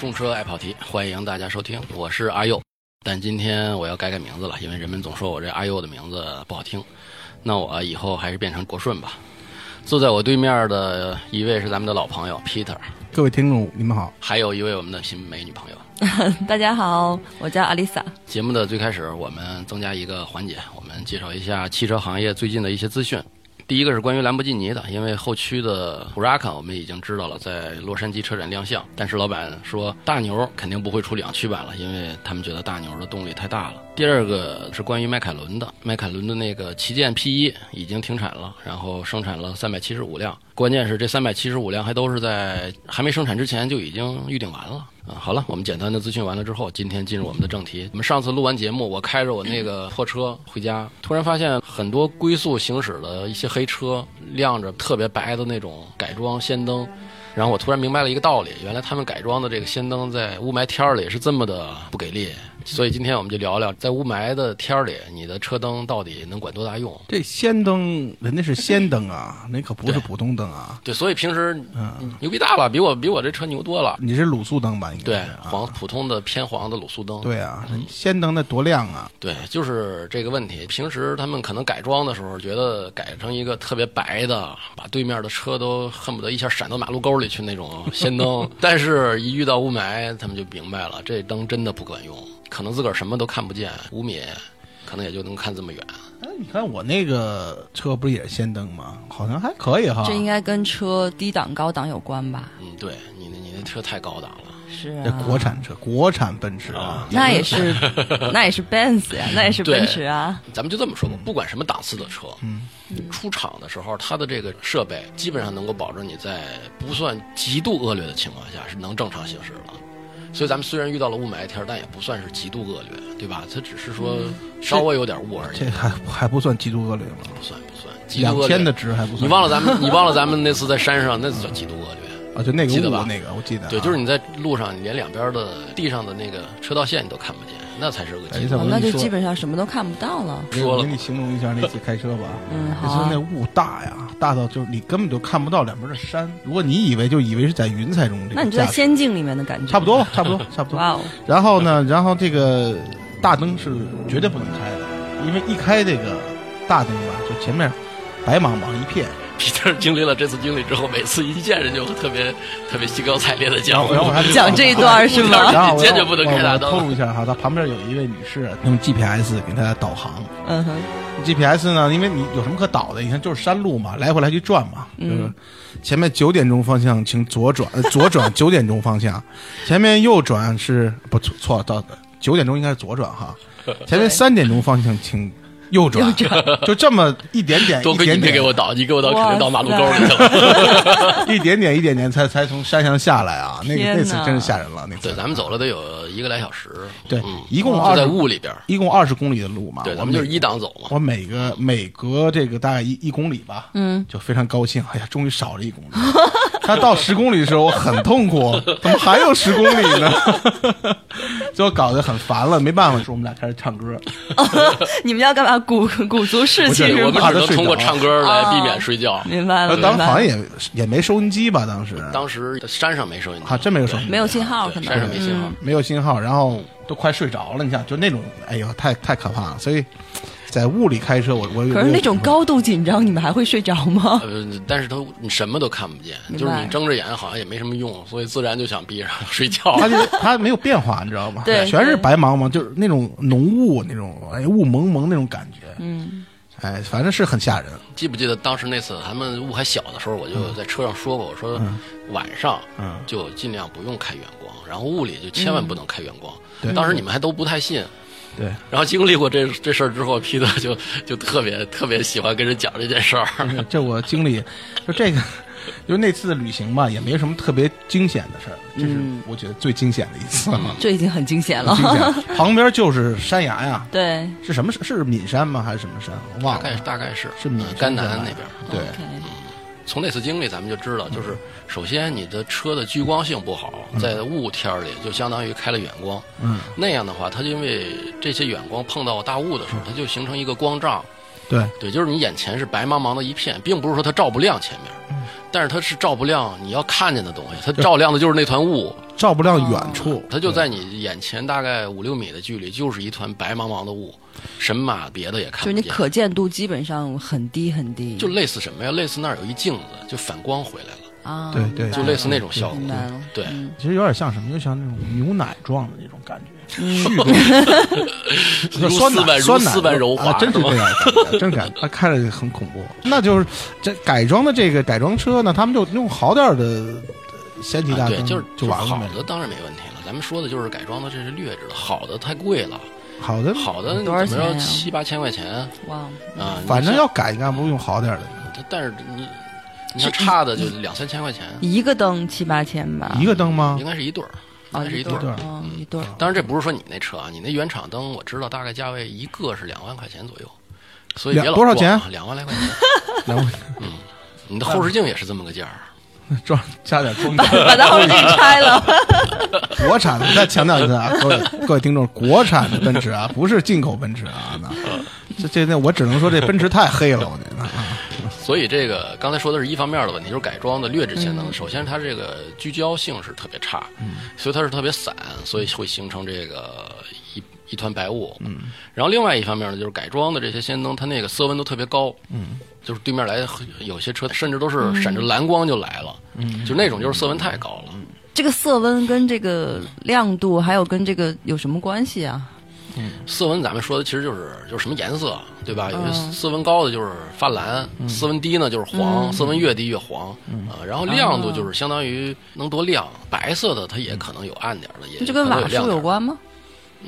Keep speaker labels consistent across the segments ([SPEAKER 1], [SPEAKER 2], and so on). [SPEAKER 1] 众车爱跑题，欢迎大家收听，我是阿佑。但今天我要改改名字了，因为人们总说我这阿佑的名字不好听。那我以后还是变成国顺吧。坐在我对面的一位是咱们的老朋友 Peter，
[SPEAKER 2] 各位听众，你们好。
[SPEAKER 1] 还有一位我们的新美女朋友。
[SPEAKER 3] 大家好，我叫阿丽萨。
[SPEAKER 1] 节目的最开始，我们增加一个环节，我们介绍一下汽车行业最近的一些资讯。第一个是关于兰博基尼的，因为后驱的 Huracan 我们已经知道了，在洛杉矶车展亮相。但是老板说大牛肯定不会出两驱版了，因为他们觉得大牛的动力太大了。第二个是关于迈凯伦的，迈凯伦的那个旗舰 P 一已经停产了，然后生产了三百七十五辆，关键是这三百七十五辆还都是在还没生产之前就已经预定完了。啊，好了，我们简单的咨询完了之后，今天进入我们的正题。我们上次录完节目，我开着我那个破车回家，突然发现很多龟速行驶的一些黑车亮着特别白的那种改装氙灯，然后我突然明白了一个道理，原来他们改装的这个氙灯在雾霾天儿里是这么的不给力。所以今天我们就聊聊，在雾霾的天儿里，你的车灯到底能管多大用？
[SPEAKER 2] 这氙灯，人家是氙灯 啊，那可不是
[SPEAKER 1] 对
[SPEAKER 2] 普通灯啊。
[SPEAKER 1] 对，所以平时
[SPEAKER 2] 嗯，
[SPEAKER 1] 牛逼大了，比我比我这车牛多了。
[SPEAKER 2] 你是卤素灯吧？应该
[SPEAKER 1] 对
[SPEAKER 2] 是，啊
[SPEAKER 1] 黄普通的偏黄的卤素灯，
[SPEAKER 2] 对啊，氙灯那多亮啊！
[SPEAKER 1] 对，就是这个问题。平时他们可能改装的时候，觉得改成一个特别白的，把对面的车都恨不得一下闪到马路沟里去那种氙 灯。但是，一遇到雾霾，他们就明白了，这灯真的不管用，可能自个儿什么都看不见，五米，可能也就能看这么远。
[SPEAKER 2] 哎，你看我那个车不是也是氙灯吗？好像还可以哈。
[SPEAKER 3] 这应该跟车低档高档有关吧？
[SPEAKER 1] 嗯，对你那你那车太高档了，
[SPEAKER 3] 是
[SPEAKER 2] 这
[SPEAKER 3] 啊，
[SPEAKER 2] 呃国产车，国产奔驰啊
[SPEAKER 1] 啊，
[SPEAKER 3] 那 也是，那也是 Benz 呀，那也是
[SPEAKER 1] 对
[SPEAKER 3] 奔驰啊。
[SPEAKER 1] 咱们就这么
[SPEAKER 2] 嗯
[SPEAKER 1] 说吧，不管什么档次的车，出厂的时候，它的这个设备基本上能够保证你在不算极度恶劣的情况下是能正常行驶的。所以咱们虽然遇到了雾霾天儿，但也不算是极度恶劣，对吧？它只是说
[SPEAKER 2] 嗯
[SPEAKER 1] 稍微有点雾而已，
[SPEAKER 2] 这还还不算极度恶劣吗？
[SPEAKER 1] 不算不算极
[SPEAKER 2] 两
[SPEAKER 1] 度恶劣。
[SPEAKER 2] 千的值还不算。
[SPEAKER 1] 你忘了咱们， 你忘了咱们那次在山上，那叫极度恶劣。
[SPEAKER 2] 啊？就那个
[SPEAKER 1] 记得
[SPEAKER 2] 雾
[SPEAKER 1] 吧
[SPEAKER 2] 那个，我记得啊。
[SPEAKER 1] 对，就是你在路上，你连两边的地上的那个车道线你都看不见，那才是恶
[SPEAKER 2] 哎
[SPEAKER 1] 极
[SPEAKER 2] 怎
[SPEAKER 1] 度。
[SPEAKER 2] 么
[SPEAKER 3] 哦
[SPEAKER 2] 跟
[SPEAKER 3] 那
[SPEAKER 2] 你
[SPEAKER 3] 就
[SPEAKER 2] 说
[SPEAKER 3] 基本上什么都看不到了。
[SPEAKER 1] 说了
[SPEAKER 2] 我给你形容一下那次开车 吧。
[SPEAKER 3] 嗯，
[SPEAKER 2] 就
[SPEAKER 3] 好
[SPEAKER 2] 是
[SPEAKER 3] 啊
[SPEAKER 2] 那，雾大呀，大到就是你根本就看不到两边的山。如果你以为就以为是在云彩中这个驾驶，
[SPEAKER 3] 那你就在仙境里面的感觉，
[SPEAKER 2] 差不多吧，差不多，差不多。
[SPEAKER 3] 哇哦，
[SPEAKER 2] 然后呢，然后这个大灯是绝对不能开的，因为一开这个大灯吧，就前面白茫茫一片。
[SPEAKER 1] 皮特经历了这次经历之后，每次一见人就特别特别兴高采烈的讲
[SPEAKER 2] 然后我还
[SPEAKER 3] 讲这一段是 吗？
[SPEAKER 2] 然后 我
[SPEAKER 1] 坚决不能开大灯
[SPEAKER 2] 我我透露一下哈，他旁边有一位女士用 GPS 给他导航。
[SPEAKER 3] 嗯哼，
[SPEAKER 2] GPS 呢，因为你有什么可导的？你看就是山路嘛，来回来去转嘛，
[SPEAKER 1] 嗯
[SPEAKER 2] 就是前面九点钟方向请左转，呃左转九点钟方向，前面右转是不错错到九点钟应该是左转 哈，前面三点钟方向请右转，就这么一点 点
[SPEAKER 1] 多
[SPEAKER 2] 一
[SPEAKER 1] 亏你
[SPEAKER 2] 点
[SPEAKER 1] 没
[SPEAKER 2] 点
[SPEAKER 1] 给我倒，你给我倒肯定到马路沟
[SPEAKER 3] 哇
[SPEAKER 1] 里去了。
[SPEAKER 2] 一点点一点点才才从山上下来啊，那
[SPEAKER 3] 天
[SPEAKER 2] 个
[SPEAKER 3] 哪
[SPEAKER 2] 那次真是吓人了，那次
[SPEAKER 1] 对，咱们走了得有一个来小时，
[SPEAKER 2] 对
[SPEAKER 1] 嗯，
[SPEAKER 2] 一共
[SPEAKER 1] 就
[SPEAKER 2] 二
[SPEAKER 1] 在
[SPEAKER 2] 十
[SPEAKER 1] 雾里边儿。
[SPEAKER 2] 一共二十公里的路嘛，
[SPEAKER 1] 对，
[SPEAKER 2] 我
[SPEAKER 1] 咱们就是
[SPEAKER 2] 每
[SPEAKER 1] 一档走嘛。
[SPEAKER 2] 我每个每隔这个大概一一公里吧，
[SPEAKER 3] 嗯，
[SPEAKER 2] 就非常高兴，哎呀，终于少了一公里。 但到十公里的时候，我很痛 苦，怎么还有十公里呢？ 就搞得很烦了，没办法，说我们俩开始唱歌，
[SPEAKER 3] 你们要干嘛？鼓鼓足士气
[SPEAKER 2] 我觉
[SPEAKER 3] 是
[SPEAKER 2] 得
[SPEAKER 1] 我
[SPEAKER 3] 吗
[SPEAKER 1] 们
[SPEAKER 2] 怕
[SPEAKER 1] 只
[SPEAKER 2] 他
[SPEAKER 1] 能
[SPEAKER 2] 睡
[SPEAKER 1] 通过
[SPEAKER 2] 着啊
[SPEAKER 1] 唱歌来避免
[SPEAKER 3] 哦
[SPEAKER 1] 睡觉。
[SPEAKER 3] 明白了，
[SPEAKER 2] 呃当时
[SPEAKER 3] 明白嗯
[SPEAKER 2] 好像
[SPEAKER 3] 了
[SPEAKER 2] 也也没收音机吧，当时
[SPEAKER 1] 当时山上没收音机，
[SPEAKER 2] 啊真没有收音机
[SPEAKER 3] 没有信号，
[SPEAKER 1] 对
[SPEAKER 3] 可能嗯
[SPEAKER 1] 山上没信号。
[SPEAKER 2] 没有信号，然后都快睡着了，你想，就那种，哎呦，太太可怕了。所以在雾里开车，我我有
[SPEAKER 3] 可是那种
[SPEAKER 2] 我
[SPEAKER 3] 高度紧张，你们还会睡着吗？
[SPEAKER 2] 嗯
[SPEAKER 1] 呃，但是它你什么都看不见，
[SPEAKER 3] 明
[SPEAKER 1] 就是
[SPEAKER 3] 白
[SPEAKER 1] 你睁着眼好像也没什么用，所以自然就想闭上 睡觉。
[SPEAKER 2] 它就它没有变化，你知道吗？
[SPEAKER 3] 对
[SPEAKER 2] 全是
[SPEAKER 3] 对
[SPEAKER 2] 白茫茫，就是那种浓雾，那种哎雾蒙蒙那种感觉。
[SPEAKER 3] 嗯，
[SPEAKER 2] 哎，反正是很吓人。
[SPEAKER 1] 记不记得当时那次咱们雾还小的时候，我就在车上说过，我说晚上
[SPEAKER 2] 嗯
[SPEAKER 1] 就尽量不用开远光，然后雾里就千万不能开远光。
[SPEAKER 2] 对
[SPEAKER 1] 当时你们还都不太信，
[SPEAKER 2] 对，
[SPEAKER 1] 然后经历过这这事儿之后，皮特就就特别特别喜欢跟人讲这件事儿。
[SPEAKER 2] 这这我经历，就这个，就那次旅行吧，也没有什么特别惊险的事儿，这是
[SPEAKER 3] 嗯
[SPEAKER 2] 我觉得最惊险的一次了。
[SPEAKER 3] 这已经很惊险了。
[SPEAKER 2] 惊险，旁边就是山崖呀，
[SPEAKER 3] 对
[SPEAKER 2] 是什么山？是岷山吗？还是什么山？我
[SPEAKER 1] 大
[SPEAKER 2] 忘
[SPEAKER 1] 概
[SPEAKER 2] 了。
[SPEAKER 1] 大概是
[SPEAKER 2] 是闽
[SPEAKER 1] 呃
[SPEAKER 2] 山
[SPEAKER 1] 甘
[SPEAKER 2] 这
[SPEAKER 1] 南
[SPEAKER 2] 边
[SPEAKER 1] 那边。
[SPEAKER 2] 对，
[SPEAKER 3] ，OK，
[SPEAKER 1] 从那次经历，咱们就知
[SPEAKER 2] 嗯
[SPEAKER 1] 道，就是首先你的车的聚光性不好，在雾天儿里就相当于开了远光。
[SPEAKER 2] 嗯，
[SPEAKER 1] 那样的话，它就因为这些远光碰到大雾的时
[SPEAKER 2] 嗯
[SPEAKER 1] 候，它就形成一个光障。
[SPEAKER 2] 对，嗯
[SPEAKER 1] 对，就是你眼前是白茫茫的一片，并不是说它照不亮前面，但是它是照不亮你要看见的东西，它照亮的就是那团雾，
[SPEAKER 2] 照不亮远处，
[SPEAKER 1] 它就在你眼前大概五六米的距离，就是一团白茫茫的雾，神马别的也
[SPEAKER 3] 就
[SPEAKER 1] 看
[SPEAKER 3] 是
[SPEAKER 1] 不
[SPEAKER 3] 你
[SPEAKER 1] 见。
[SPEAKER 3] 可见度基本上很低很低，
[SPEAKER 1] 就类似什么呀？类似那儿有一镜子，就反光回来了，
[SPEAKER 3] 啊，
[SPEAKER 2] 对
[SPEAKER 3] 明
[SPEAKER 2] 对，
[SPEAKER 3] 白
[SPEAKER 1] 就类似那种效果
[SPEAKER 3] 明。白了，嗯
[SPEAKER 1] 对，
[SPEAKER 2] 其实有点像什么，就像那种牛奶状的那种感觉，絮 的，
[SPEAKER 1] 嗯如
[SPEAKER 2] 酸
[SPEAKER 1] 丝般
[SPEAKER 2] 奶，
[SPEAKER 1] 如
[SPEAKER 2] 酸奶
[SPEAKER 1] 丝般柔滑
[SPEAKER 2] 啊真是
[SPEAKER 1] 是吗
[SPEAKER 2] 这样的感觉，真感，那看着很恐怖。那就是这改装的这个改装车呢，他们就用好点儿的氙气
[SPEAKER 1] 啊
[SPEAKER 2] 大
[SPEAKER 1] 对，
[SPEAKER 2] 灯
[SPEAKER 1] 就是
[SPEAKER 2] 就完了
[SPEAKER 1] 好
[SPEAKER 2] 呗，
[SPEAKER 1] 的当然没问题了，咱们说的就是改装的，这是劣质的，好的太贵了，
[SPEAKER 2] 好的，
[SPEAKER 1] 好的
[SPEAKER 3] 多少
[SPEAKER 1] 怎么着
[SPEAKER 3] 钱呀嗯
[SPEAKER 1] 七八千块钱啊
[SPEAKER 3] 哇，，
[SPEAKER 1] 你
[SPEAKER 2] 反正
[SPEAKER 1] 像
[SPEAKER 2] 要改，你干嘛不用好点儿的？
[SPEAKER 1] 它但是你你像差的就两三千块钱，
[SPEAKER 3] 一个灯七八千
[SPEAKER 1] 啊
[SPEAKER 3] 吧，
[SPEAKER 2] 一个灯吗
[SPEAKER 1] 应？该是一对儿，应
[SPEAKER 3] 啊
[SPEAKER 1] 该是一对
[SPEAKER 3] 对
[SPEAKER 1] 儿。嗯
[SPEAKER 2] 对儿
[SPEAKER 3] 哦一 对儿，
[SPEAKER 1] 当然，这不是说你那车啊，你那原厂灯我知道大概价位一个是两万块钱左右，所以别
[SPEAKER 2] 两
[SPEAKER 1] 老
[SPEAKER 2] 多少
[SPEAKER 1] 逛啊
[SPEAKER 2] 钱？
[SPEAKER 1] 两万来块钱。
[SPEAKER 2] 然后
[SPEAKER 1] 你的后视镜也是这么个价儿，
[SPEAKER 2] 装加点装
[SPEAKER 3] 把把它后视镜拆了，
[SPEAKER 2] 国产的，再强调一次啊，各位各位听众，国产的奔驰啊，不是进口奔驰啊，那
[SPEAKER 1] 嗯
[SPEAKER 2] 这这那我只能说这奔驰太黑了，我觉得啊，
[SPEAKER 1] 所以这个刚才说的是一方面的问题，就是改装的劣质性能。首先，它这个聚焦性是特别差，所以它是特别散，所以会形成这个一一团白雾。嗯，然后另外一方面呢，就是改装的这些氙灯，它那个色温都特别高。嗯，就是对面来有些车甚至都是闪着蓝光就来了，嗯，就那种就是色温太高了。
[SPEAKER 3] 这个色温跟这个亮度还有跟这个有什么关系啊？
[SPEAKER 1] 色温咱们说的其实就是就是什么颜色，对吧？有些
[SPEAKER 3] 嗯
[SPEAKER 1] 色温高的就是发蓝，
[SPEAKER 2] 嗯
[SPEAKER 1] 色温低呢就是黄，色温越低越黄啊。然后亮度
[SPEAKER 2] 哦
[SPEAKER 1] 就是相当于能多亮，白色的它也可能有暗点儿的，也
[SPEAKER 3] 这跟
[SPEAKER 1] 可能
[SPEAKER 3] 瓦
[SPEAKER 1] 亮点
[SPEAKER 3] 数有
[SPEAKER 1] 儿。
[SPEAKER 3] 关吗？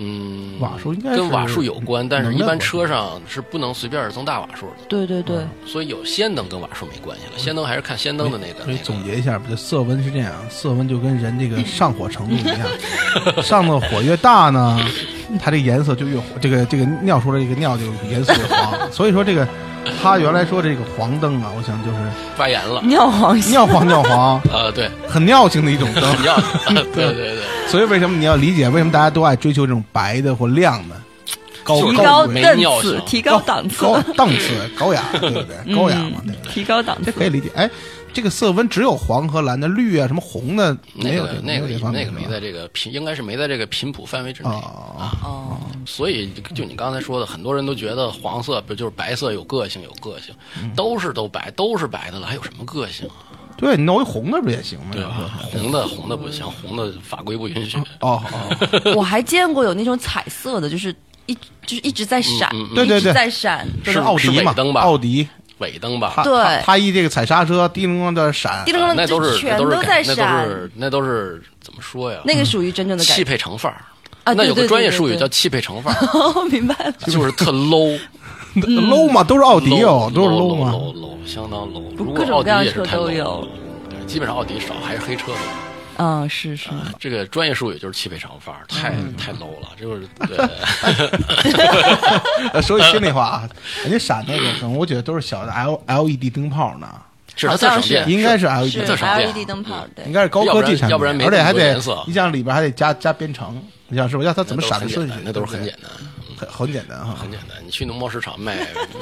[SPEAKER 1] 嗯，
[SPEAKER 2] 瓦数应该是
[SPEAKER 1] 跟瓦数有关，但是一
[SPEAKER 2] 能
[SPEAKER 1] 般
[SPEAKER 2] 量
[SPEAKER 1] 车上是不能随便增大瓦数的，
[SPEAKER 3] 对对对，
[SPEAKER 1] 所以有氙灯跟瓦数没关系了。氙灯还是看氙灯的那个
[SPEAKER 2] 所
[SPEAKER 1] 那
[SPEAKER 2] 以
[SPEAKER 1] 个
[SPEAKER 2] 嗯总结一下，这色温是这样，色温就跟人这个上火程度一样， 上的火越大呢，它这颜色就越火这个这个尿出来这个尿就颜色越黄，所以说这个他原来说这个黄灯啊，我想就是
[SPEAKER 1] 发炎了。
[SPEAKER 3] 尿黄
[SPEAKER 2] 嗯尿黄尿黄，
[SPEAKER 1] 呃，对，
[SPEAKER 2] 很尿性的一种灯。
[SPEAKER 1] 很要 对对对，
[SPEAKER 2] 所以为什么你要理解为什么大家都爱追求这种白的或亮的，高
[SPEAKER 1] 就
[SPEAKER 3] 提
[SPEAKER 1] 是
[SPEAKER 3] 高
[SPEAKER 1] 没
[SPEAKER 3] 档
[SPEAKER 1] 尿
[SPEAKER 3] 次
[SPEAKER 1] 性，
[SPEAKER 3] 提
[SPEAKER 2] 高
[SPEAKER 3] 高档次，
[SPEAKER 2] 高档次、高雅，对不对？高雅嘛，对
[SPEAKER 3] 嗯
[SPEAKER 2] 不对？
[SPEAKER 3] 提高档
[SPEAKER 2] 这
[SPEAKER 3] 次
[SPEAKER 2] 可以理解。
[SPEAKER 1] 嗯
[SPEAKER 2] 哎，这个色温只有黄和蓝的，绿啊，什么红的没
[SPEAKER 1] 那
[SPEAKER 2] 有
[SPEAKER 1] 个
[SPEAKER 2] 这没
[SPEAKER 1] 那
[SPEAKER 2] 有
[SPEAKER 1] 个
[SPEAKER 2] 这方
[SPEAKER 1] 那
[SPEAKER 2] 面
[SPEAKER 1] 个没
[SPEAKER 2] 是吧
[SPEAKER 1] 在这个频，应该是没在这个频谱范围之内。
[SPEAKER 2] 哦，
[SPEAKER 3] 哦，
[SPEAKER 1] 所以就你刚才说的，很多人都觉得黄色不就是白色有个性有个性，都是都白都是白的了，还有什么个性啊？
[SPEAKER 2] 对你弄一红的不也行吗？
[SPEAKER 1] 对啊吧？红的红的不行，红的法规不允许。
[SPEAKER 2] 哦， 哦，
[SPEAKER 3] 我还见过有那种彩色的，就是一就是一直在闪，
[SPEAKER 1] 嗯嗯
[SPEAKER 2] 对对
[SPEAKER 3] 一直
[SPEAKER 2] 对
[SPEAKER 3] 在闪，
[SPEAKER 2] 这
[SPEAKER 1] 是
[SPEAKER 2] 奥迪嘛
[SPEAKER 1] 是尾灯吧，
[SPEAKER 2] 奥迪，
[SPEAKER 1] 尾灯
[SPEAKER 2] 它
[SPEAKER 1] 吧，
[SPEAKER 3] 对
[SPEAKER 2] 它它一这个踩刹车，叮铃咣的闪
[SPEAKER 3] 叮，铃
[SPEAKER 1] 啊
[SPEAKER 3] 咣
[SPEAKER 1] 那
[SPEAKER 3] 啷，
[SPEAKER 1] 都
[SPEAKER 3] 就是全
[SPEAKER 1] 那都是嗯
[SPEAKER 3] 在
[SPEAKER 1] 改那
[SPEAKER 3] 闪
[SPEAKER 1] 都，是那都是怎么说呀？
[SPEAKER 3] 那个属于真正的
[SPEAKER 1] 汽
[SPEAKER 3] 改
[SPEAKER 1] 配成范儿。
[SPEAKER 3] 啊
[SPEAKER 1] 那
[SPEAKER 3] 对
[SPEAKER 1] 有个
[SPEAKER 3] 对
[SPEAKER 1] 专业
[SPEAKER 3] 对
[SPEAKER 1] 术语
[SPEAKER 3] 对
[SPEAKER 1] 叫汽配成范 儿，
[SPEAKER 3] 哦，明白了。
[SPEAKER 1] 就是特 low，
[SPEAKER 2] low 嘛，都是奥迪哦，都是
[SPEAKER 1] low
[SPEAKER 2] 嘛。
[SPEAKER 1] low low，相当 low。
[SPEAKER 3] 不
[SPEAKER 1] 如
[SPEAKER 3] 各
[SPEAKER 1] 果
[SPEAKER 3] 种
[SPEAKER 1] 奥迪
[SPEAKER 3] 各样
[SPEAKER 1] 也是
[SPEAKER 3] 车
[SPEAKER 1] 太
[SPEAKER 3] 都
[SPEAKER 1] low
[SPEAKER 3] 有
[SPEAKER 1] 了，对基本上奥迪少还是黑车多。
[SPEAKER 3] 嗯，是是，
[SPEAKER 1] 这个专业术语就是汽配常范儿，太
[SPEAKER 2] 嗯
[SPEAKER 1] 太 low 了， 就是对
[SPEAKER 2] 呃说句心里话啊，人家闪那个灯，我觉得都是小的 L L E D 灯泡呢，
[SPEAKER 1] 是
[SPEAKER 3] 好
[SPEAKER 1] 它
[SPEAKER 3] 像
[SPEAKER 1] 省电，
[SPEAKER 2] 啊应该是 L E
[SPEAKER 3] 是
[SPEAKER 2] D
[SPEAKER 1] 这省电啊
[SPEAKER 3] LED 灯泡，对
[SPEAKER 2] 应，该是高科技产品，
[SPEAKER 1] 要不然要不然没
[SPEAKER 2] 而且还
[SPEAKER 1] 那么多
[SPEAKER 2] 得
[SPEAKER 1] 颜色
[SPEAKER 2] 你想里边还得加加编程，你想是吧？要它怎么闪的顺序？
[SPEAKER 1] 那都是很简单，
[SPEAKER 2] 对不对，很很简单哈
[SPEAKER 1] 很。简单。你去农贸市场卖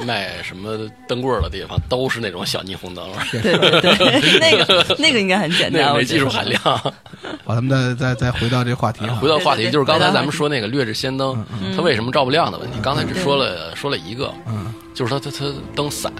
[SPEAKER 1] 卖什么灯棍儿的地方，都是那种小霓虹灯，
[SPEAKER 3] 对对对，那个那个应该很 简
[SPEAKER 1] 那
[SPEAKER 3] 单，
[SPEAKER 1] 个
[SPEAKER 3] 我
[SPEAKER 1] 没
[SPEAKER 3] 觉
[SPEAKER 1] 技术
[SPEAKER 3] 得
[SPEAKER 1] 含量。
[SPEAKER 2] 好，咱们再再再回到这话题哈
[SPEAKER 1] 回。到话题，
[SPEAKER 3] 对对对
[SPEAKER 1] 就是刚才咱
[SPEAKER 3] 回到话
[SPEAKER 1] 们
[SPEAKER 3] 题
[SPEAKER 1] 说那个劣质氙灯，它为什么照不亮的问题。刚才只说了说了一个，就是它它它灯散。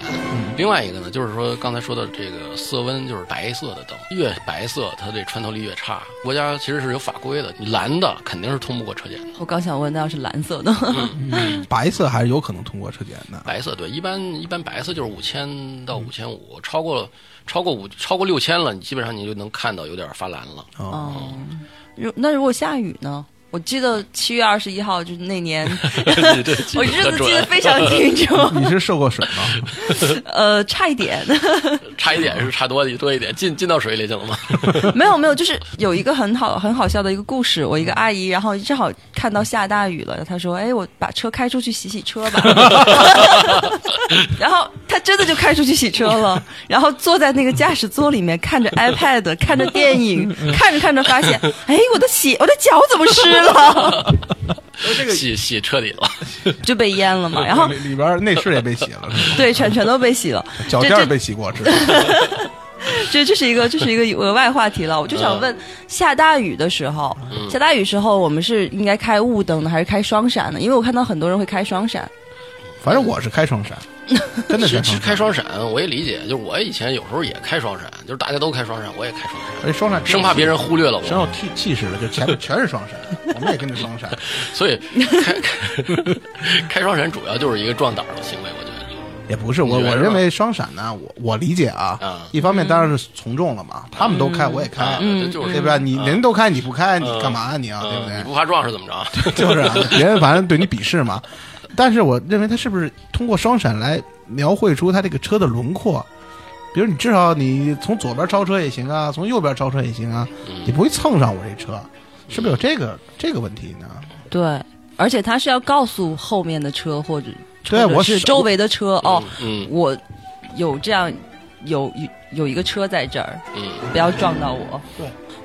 [SPEAKER 1] 另外一个呢，就是说刚才说的这个色温，就是白色的灯，越白色它这穿透力越差。国家其实是有法规的，蓝的肯定是通不过车检的，
[SPEAKER 3] 我刚想问，那要是蓝色的，
[SPEAKER 1] 嗯
[SPEAKER 2] 白色还是有可能通过车检的，
[SPEAKER 1] 白色对，一般一般白色就是五千到五千五，超过了超过五超过六千了，你基本上你就能看到有点发蓝了。
[SPEAKER 3] 哦，如那如果下雨呢？我记得七月二十一号就是 那年，我日子记得非常清楚，
[SPEAKER 2] 你是受过水吗？
[SPEAKER 3] 呃，差一点，
[SPEAKER 1] 差一点是差多多一点，进进到水里去了吗？
[SPEAKER 3] 没有没有，就是有一个很好很好笑的一个故事，我一个阿姨，然后正好看到下大雨了，她说：“哎，我把车开出去洗洗车吧。” 然后她真的就开出去洗车了，然后坐在那个驾驶座里面看着 iPad，看着电影，看着看着发现，哎，我的鞋，我的脚怎么湿了？
[SPEAKER 1] 洗洗彻底了。
[SPEAKER 3] 就被淹了嘛。然后
[SPEAKER 2] 里里边内饰也被洗了，是吧
[SPEAKER 3] 对，全全都被洗了，
[SPEAKER 2] 脚
[SPEAKER 3] 这
[SPEAKER 2] 垫儿
[SPEAKER 3] 这
[SPEAKER 2] 被洗过，知道吗
[SPEAKER 3] 这这是一个 这是一个额外话题了。我
[SPEAKER 2] 嗯
[SPEAKER 3] 就想问，下大雨的时候，下大雨时候我们是应该开雾灯呢，还是开双闪呢？因为我看到很多人会开双闪。
[SPEAKER 2] 反正我是开双闪，真的是
[SPEAKER 1] 其
[SPEAKER 2] 开
[SPEAKER 1] 实
[SPEAKER 2] 双
[SPEAKER 1] 开
[SPEAKER 2] 闪，
[SPEAKER 1] 双闪我也理解，就是我以前有时候也开双闪，就是大家都开双闪，我也开双闪，
[SPEAKER 2] 而且双闪
[SPEAKER 1] 生怕别人忽略了
[SPEAKER 2] 身有
[SPEAKER 1] 我，
[SPEAKER 2] 气气势了，就前面全是双闪，我们也跟着双闪。
[SPEAKER 1] 所以开开开双闪主要就是一个壮胆儿的行为，我觉得。
[SPEAKER 2] 也不是我，
[SPEAKER 1] 你觉得
[SPEAKER 2] 我
[SPEAKER 1] 是吧
[SPEAKER 2] 认为双闪呢，我我理解啊，
[SPEAKER 1] 啊
[SPEAKER 2] 一方面当然是从众了嘛，他们都开我也开，
[SPEAKER 1] 啊，这就是
[SPEAKER 2] 对吧？你人都开你不开，你
[SPEAKER 1] 嗯
[SPEAKER 2] 干嘛啊你啊，对
[SPEAKER 1] 嗯，
[SPEAKER 2] 不
[SPEAKER 1] 你
[SPEAKER 2] 对？
[SPEAKER 1] 不怕撞是怎么 着？
[SPEAKER 2] 就是啊，别人反正对你鄙视嘛。但是我认为他是不是通过双闪来描绘出他这个车的轮廓？比如你至少你从左边超车也行啊，从右边超车也行啊，
[SPEAKER 1] 嗯
[SPEAKER 2] 你不会蹭上我这车，是不是有这个这个问题呢？
[SPEAKER 3] 对，而且他是要告诉后面的车或者
[SPEAKER 2] 对啊
[SPEAKER 3] 或者
[SPEAKER 2] 我
[SPEAKER 3] 是
[SPEAKER 2] 是
[SPEAKER 3] 周围的车哦，
[SPEAKER 1] 嗯
[SPEAKER 3] 我有这样有有有一个车在这儿，
[SPEAKER 1] 嗯，
[SPEAKER 3] 不要撞到我。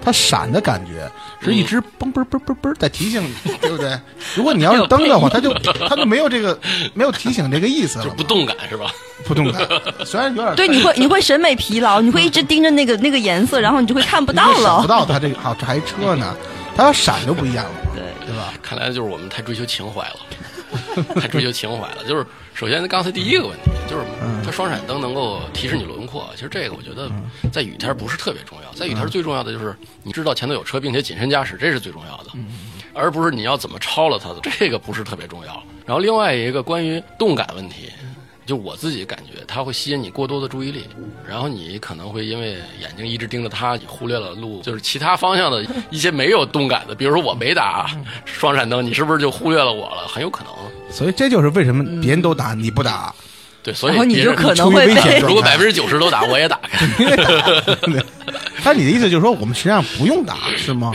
[SPEAKER 2] 它闪的感觉是一直嘣嘣嘣嘣嘣在提醒 你，对不对？如果你要是蹬的话，它就它就没有这个没有提醒这个意思了
[SPEAKER 1] 就
[SPEAKER 2] 嘛，
[SPEAKER 1] 不动感是吧？
[SPEAKER 2] 不动感。虽然有点
[SPEAKER 3] 对，你会你会审美疲劳，你会一直盯着那个那个颜色，然后你就会看不
[SPEAKER 2] 嗯你
[SPEAKER 3] 到
[SPEAKER 2] 就想不
[SPEAKER 3] 了。
[SPEAKER 2] 到它这个好，这还车呢，它要闪就不一样了嘛，
[SPEAKER 3] 对
[SPEAKER 2] 对吧？
[SPEAKER 1] 看来就是我们太追求情怀了，太追求情怀了。就是首先刚才第一个问题，就是它双闪灯能够提示你轮廓。其实这个我觉得在雨天不是特别重要，在雨天最重要的就是你知道前头有车，并且谨慎驾驶，这是最重要的，而不是你要怎么超了它的，这个不是特别重要。然后另外一个关于动感问题。就我自己感觉，它会吸引你过多的注意力，然后你可能会因为眼睛一直盯着它，你忽略了路，就是其他方向的一些没有动感的，比如说我没打双闪灯，你是不是就忽略了我了？很有可能。
[SPEAKER 2] 所以这就是为什么别人都打你不打，
[SPEAKER 1] 对，所以
[SPEAKER 3] 然后你
[SPEAKER 1] 别
[SPEAKER 3] 就
[SPEAKER 1] 人
[SPEAKER 3] 可
[SPEAKER 2] 出
[SPEAKER 3] 能
[SPEAKER 2] 于
[SPEAKER 3] 会
[SPEAKER 2] 危险
[SPEAKER 3] 被
[SPEAKER 2] 状
[SPEAKER 1] 如果
[SPEAKER 2] 态
[SPEAKER 1] 百分之九十都打，我也打开。
[SPEAKER 2] 因为打。对但你的意思就是说，我们实际上不用打是吗？